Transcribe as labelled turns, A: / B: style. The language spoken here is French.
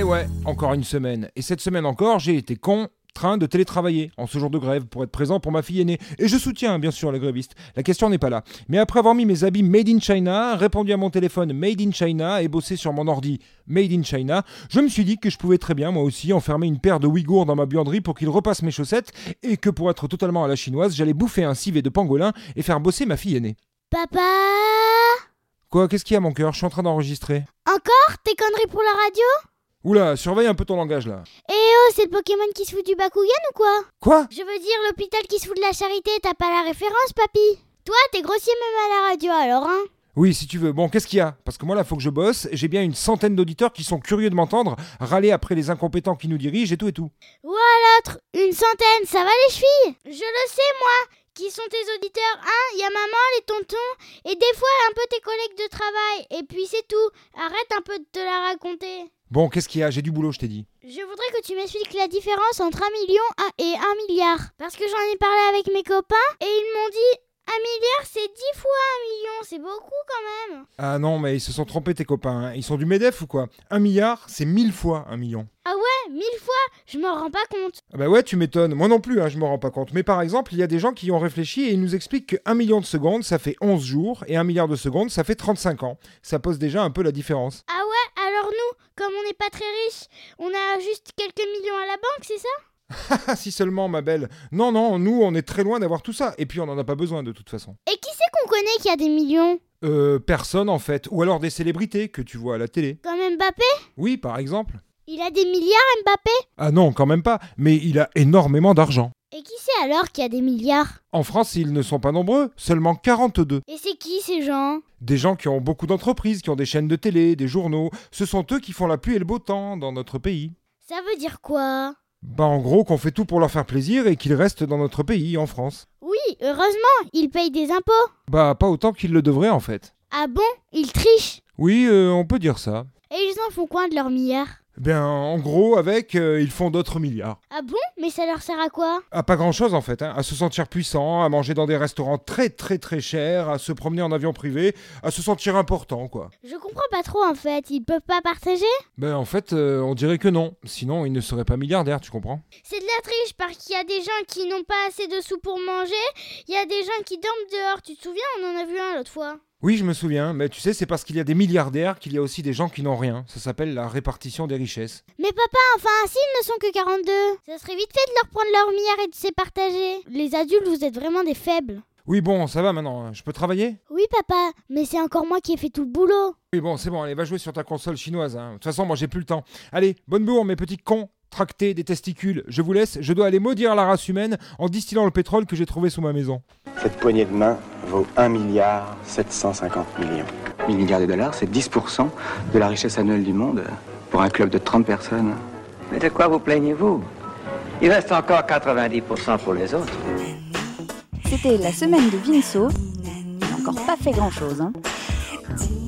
A: après encore une semaine. Et cette semaine encore, j'ai été con train de télétravailler en ce jour de grève pour être présent pour ma fille aînée. Et je soutiens bien sûr les grévistes, la question n'est pas là. Mais après avoir mis mes habits Made in China, répondu à mon téléphone Made in China et bossé sur mon ordi Made in China, je me suis dit que je pouvais très bien moi aussi enfermer une paire de Ouïghours dans ma buanderie pour qu'ils repassent mes chaussettes et que pour être totalement à la chinoise, j'allais bouffer un civet de pangolin et faire bosser ma fille aînée.
B: Papa
A: Quoi, qu'est-ce qu'il y a mon cœur Je suis en train d'enregistrer.
B: Encore Tes conneries pour la radio
A: Oula, surveille un peu ton langage là.
B: Eh oh, c'est le Pokémon qui se fout du Bakugan ou quoi
A: Quoi
B: Je veux dire l'hôpital qui se fout de la charité, t'as pas la référence, papy Toi, t'es grossier même à la radio alors, hein
A: Oui, si tu veux. Bon, qu'est-ce qu'il y a Parce que moi là, faut que je bosse. J'ai bien une centaine d'auditeurs qui sont curieux de m'entendre râler après les incompétents qui nous dirigent et tout et tout.
B: L'autre, une centaine, ça va les chevilles Je le sais, moi Qui sont tes auditeurs, hein Y a maman, les tontons, et des fois un peu tes collègues de travail, et puis c'est tout. Arrête un peu de te la raconter.
A: Bon, qu'est-ce qu'il y a J'ai du boulot, je t'ai dit.
B: Je voudrais que tu m'expliques la différence entre un million un- et un milliard. Parce que j'en ai parlé avec mes copains et ils m'ont dit un milliard c'est dix fois un million, c'est beaucoup quand même.
A: Ah non, mais ils se sont trompés tes copains. hein. Ils sont du Medef ou quoi Un milliard, c'est mille fois un million.
B: Ouais, mille fois, je m'en rends pas compte.
A: Ah bah ouais, tu m'étonnes. Moi non plus, hein, je m'en rends pas compte. Mais par exemple, il y a des gens qui y ont réfléchi et ils nous expliquent que 1 million de secondes, ça fait 11 jours, et 1 milliard de secondes, ça fait 35 ans. Ça pose déjà un peu la différence.
B: Ah ouais, alors nous, comme on n'est pas très riches, on a juste quelques millions à la banque, c'est ça
A: Ah si seulement, ma belle. Non, non, nous, on est très loin d'avoir tout ça. Et puis, on en a pas besoin de toute façon.
B: Et qui c'est qu'on connaît qui a des millions
A: Euh, personne en fait. Ou alors des célébrités que tu vois à la télé.
B: Comme Mbappé
A: Oui, par exemple.
B: Il a des milliards Mbappé
A: Ah non, quand même pas. Mais il a énormément d'argent.
B: Et qui c'est alors qui a des milliards
A: En France, ils ne sont pas nombreux, seulement 42.
B: Et c'est qui ces gens
A: Des gens qui ont beaucoup d'entreprises, qui ont des chaînes de télé, des journaux, ce sont eux qui font la pluie et le beau temps dans notre pays.
B: Ça veut dire quoi
A: Bah en gros qu'on fait tout pour leur faire plaisir et qu'ils restent dans notre pays, en France.
B: Oui, heureusement, ils payent des impôts.
A: Bah pas autant qu'ils le devraient en fait.
B: Ah bon Ils trichent
A: Oui, euh, on peut dire ça.
B: Et ils en font coin de leurs milliards
A: Ben en gros avec, euh, ils font d'autres milliards.
B: Ah bon Mais ça leur sert à quoi
A: À pas grand chose en fait, hein. à se sentir puissant, à manger dans des restaurants très très très chers, à se promener en avion privé, à se sentir important quoi.
B: Je comprends pas trop en fait, ils peuvent pas partager
A: Ben en fait, euh, on dirait que non, sinon ils ne seraient pas milliardaires, tu comprends
B: C'est de la triche parce qu'il y a des gens qui n'ont pas assez de sous pour manger, il y a des gens qui dorment dehors, tu te souviens On en a vu un l'autre fois.
A: Oui, je me souviens, mais tu sais, c'est parce qu'il y a des milliardaires qu'il y a aussi des gens qui n'ont rien. Ça s'appelle la répartition des richesses.
B: Mais papa, enfin, s'ils ne sont que 42, ça serait vite fait de leur prendre leurs milliards et de se les partager. Les adultes, vous êtes vraiment des faibles.
A: Oui, bon, ça va maintenant, hein. je peux travailler
B: Oui papa, mais c'est encore moi qui ai fait tout le boulot.
A: Oui, bon, c'est bon, allez, va jouer sur ta console chinoise. hein. De toute façon, moi, j'ai plus le temps. Allez, bonne bourre, mes petits cons tractés des testicules. Je vous laisse, je dois aller maudire la race humaine en distillant le pétrole que j'ai trouvé sous ma maison.
C: Cette poignée de main vaut 1 milliard 750 millions.
D: 1000 milliards de dollars, c'est 10% de la richesse annuelle du monde pour un club de 30 personnes.
E: Mais de quoi vous plaignez-vous Il reste encore 90% pour les autres.
F: C'était la semaine de Vinceau. Il n'a encore pas fait grand-chose. hein.